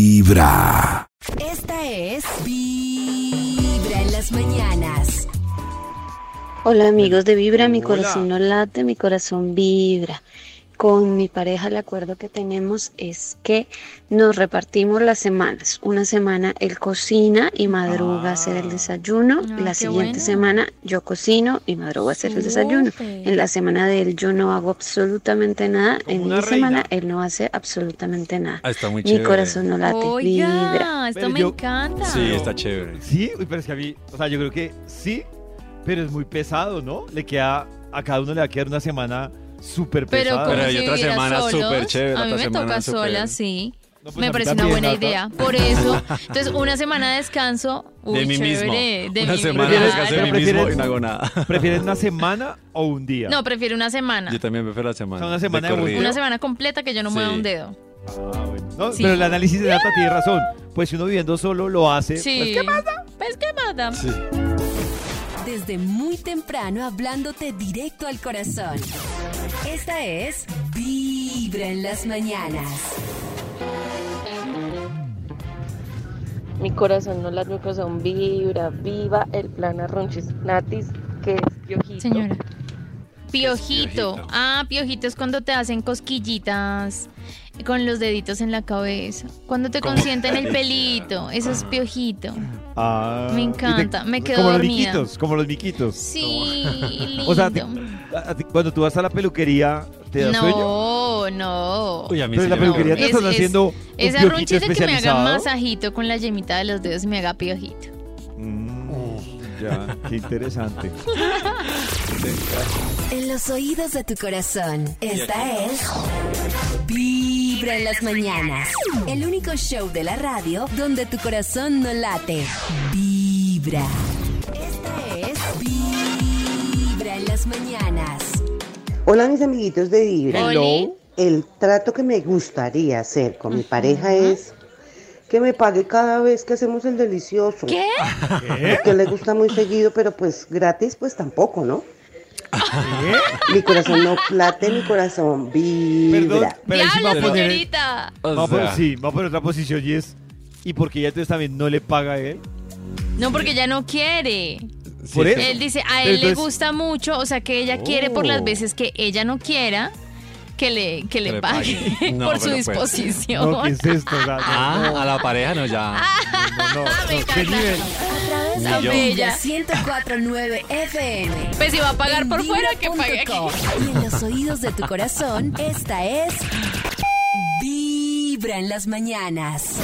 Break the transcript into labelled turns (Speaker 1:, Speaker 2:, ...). Speaker 1: Vibra.
Speaker 2: Esta es Vibra en las mañanas.
Speaker 3: Hola amigos de Vibra, mi corazón no late, mi corazón vibra. Con mi pareja el acuerdo que tenemos es que nos repartimos las semanas. Una semana él cocina y madruga a hacer el desayuno.
Speaker 4: Ah,
Speaker 3: la
Speaker 4: qué
Speaker 3: siguiente
Speaker 4: bueno.
Speaker 3: semana yo cocino y madrugo a hacer el desayuno.
Speaker 4: Súper.
Speaker 3: En la semana de él yo no hago absolutamente nada.
Speaker 5: Como
Speaker 3: en
Speaker 5: una
Speaker 3: mi semana
Speaker 5: reina.
Speaker 3: él no hace absolutamente nada.
Speaker 6: Ah, está muy
Speaker 3: Mi
Speaker 6: chévere.
Speaker 3: corazón no late, vibra.
Speaker 4: Oiga, esto
Speaker 5: Pero
Speaker 4: me
Speaker 5: yo-
Speaker 4: encanta.
Speaker 6: Sí, está chévere.
Speaker 5: Sí, uy, pero es que a mí, o sea, yo creo que sí, pero es muy pesado, ¿no? Le queda, a cada uno le va a quedar una semana súper
Speaker 4: Pero
Speaker 5: pesada.
Speaker 4: como
Speaker 6: Pero hay
Speaker 4: si
Speaker 6: otra
Speaker 4: viviera
Speaker 6: semana
Speaker 4: solos,
Speaker 6: súper chévere,
Speaker 4: A mí
Speaker 6: otra
Speaker 4: me
Speaker 6: semana
Speaker 4: toca
Speaker 6: súper-
Speaker 4: sola, sí.
Speaker 5: No, pues a
Speaker 4: me
Speaker 5: mí
Speaker 4: parece una
Speaker 5: también,
Speaker 4: buena
Speaker 5: Nata.
Speaker 4: idea. Por eso, entonces una semana de descanso, uy,
Speaker 6: de mí mismo.
Speaker 4: chévere, de
Speaker 6: Una
Speaker 4: mí
Speaker 6: semana
Speaker 4: mismo,
Speaker 5: Prefieres-
Speaker 6: descansé de
Speaker 4: claro.
Speaker 6: mí
Speaker 5: prefieres-
Speaker 6: mismo y no hago nada.
Speaker 5: ¿Prefieres una semana o un día?
Speaker 4: No, prefiero una semana.
Speaker 6: Yo también prefiero la semana.
Speaker 5: O sea, una semana de
Speaker 6: corrido.
Speaker 4: Una semana completa que yo no
Speaker 6: Sí.
Speaker 4: mueva un dedo.
Speaker 5: Ah, bueno. No,
Speaker 4: Sí.
Speaker 5: Pero el análisis de Nata tiene razón. Pues si uno viviendo solo lo hace.
Speaker 4: Sí.
Speaker 5: pues, ¿qué más?
Speaker 4: Pues qué pasa.
Speaker 6: Sí.
Speaker 2: Desde muy temprano hablándote directo al corazón. Esta es Vibra en las mañanas.
Speaker 7: Mi corazón no late, mi corazón vibra, viva el plan Arronchis Natis, que es piojito.
Speaker 4: Señora.
Speaker 6: Piojito.
Speaker 4: Piojito. Ah, piojito es cuando te hacen cosquillitas con los deditos en la cabeza. Cuando te
Speaker 6: Como
Speaker 4: consienten el
Speaker 6: caricia.
Speaker 4: pelito. Eso es
Speaker 6: Ajá.
Speaker 4: piojito.
Speaker 5: Ah,
Speaker 4: Me
Speaker 5: y te-
Speaker 4: encanta, me quedo
Speaker 5: Como
Speaker 4: dormida.
Speaker 5: los miquitos, como los miquitos.
Speaker 4: Sí, lindo.
Speaker 5: O sea, te- a- a ti- cuando tú vas a la peluquería, ¿te da sueño?
Speaker 4: no, no.
Speaker 6: Uy, a mí
Speaker 5: Pero
Speaker 6: sí
Speaker 5: en la
Speaker 6: me
Speaker 5: peluquería te
Speaker 6: duerme.
Speaker 4: Es-
Speaker 5: están
Speaker 4: es-
Speaker 5: haciendo un
Speaker 4: Esa
Speaker 5: piojito
Speaker 4: ronchis de que me hagan
Speaker 5: especializado.
Speaker 4: masajito con la yemita de los dedos y me haga piojito.
Speaker 5: Mm, ya, qué interesante.
Speaker 2: En los oídos de tu corazón. Esta es Vibra en las mañanas. El único show de la radio donde tu corazón no late. Vibra. Esta es Vibra en las mañanas.
Speaker 8: Hola mis amiguitos de Vibra.
Speaker 4: Oli.
Speaker 8: El trato que me gustaría hacer con mi pareja es que me pague cada vez que hacemos el delicioso.
Speaker 4: ¿Qué?
Speaker 8: Porque le gusta muy seguido, pero pues gratis pues tampoco, ¿no? Mi corazón no plate, mi
Speaker 5: Perdón,
Speaker 8: corazón vibra.
Speaker 5: pero ahí sí me
Speaker 4: ¡Diablo,
Speaker 5: va a poner.
Speaker 4: señorita!
Speaker 6: O
Speaker 5: Vamos a poner-
Speaker 6: sea,
Speaker 5: sí, vamos a poner otra posición y es. ¿Y porque ya entonces también no le paga a él?
Speaker 4: No, porque ella no quiere.
Speaker 6: sí,
Speaker 5: por
Speaker 6: sí.
Speaker 5: eso.
Speaker 4: Él dice, a
Speaker 5: Pero
Speaker 4: él le
Speaker 5: entonces- Oh.
Speaker 4: gusta mucho, o sea, que ella quiere por las veces que ella no quiera que le, que le
Speaker 6: le
Speaker 4: pague,
Speaker 6: pague. No,
Speaker 4: por su
Speaker 6: pero pues.
Speaker 4: disposición.
Speaker 5: No, ¿qué es esto? O sea, no,
Speaker 6: Ah, a la pareja no ya.
Speaker 5: no, no, no,
Speaker 4: Ah, me
Speaker 5: ¿qué
Speaker 4: encanta.
Speaker 5: nivel?
Speaker 6: Ni
Speaker 4: esa
Speaker 6: yo.
Speaker 4: bella.
Speaker 2: 1049 FM.
Speaker 4: Pues si va a pagar por
Speaker 2: en
Speaker 4: fuera, que pague
Speaker 2: vibra.com.
Speaker 4: aquí.
Speaker 2: Y en los oídos de tu corazón, esta es Vibra en las mañanas.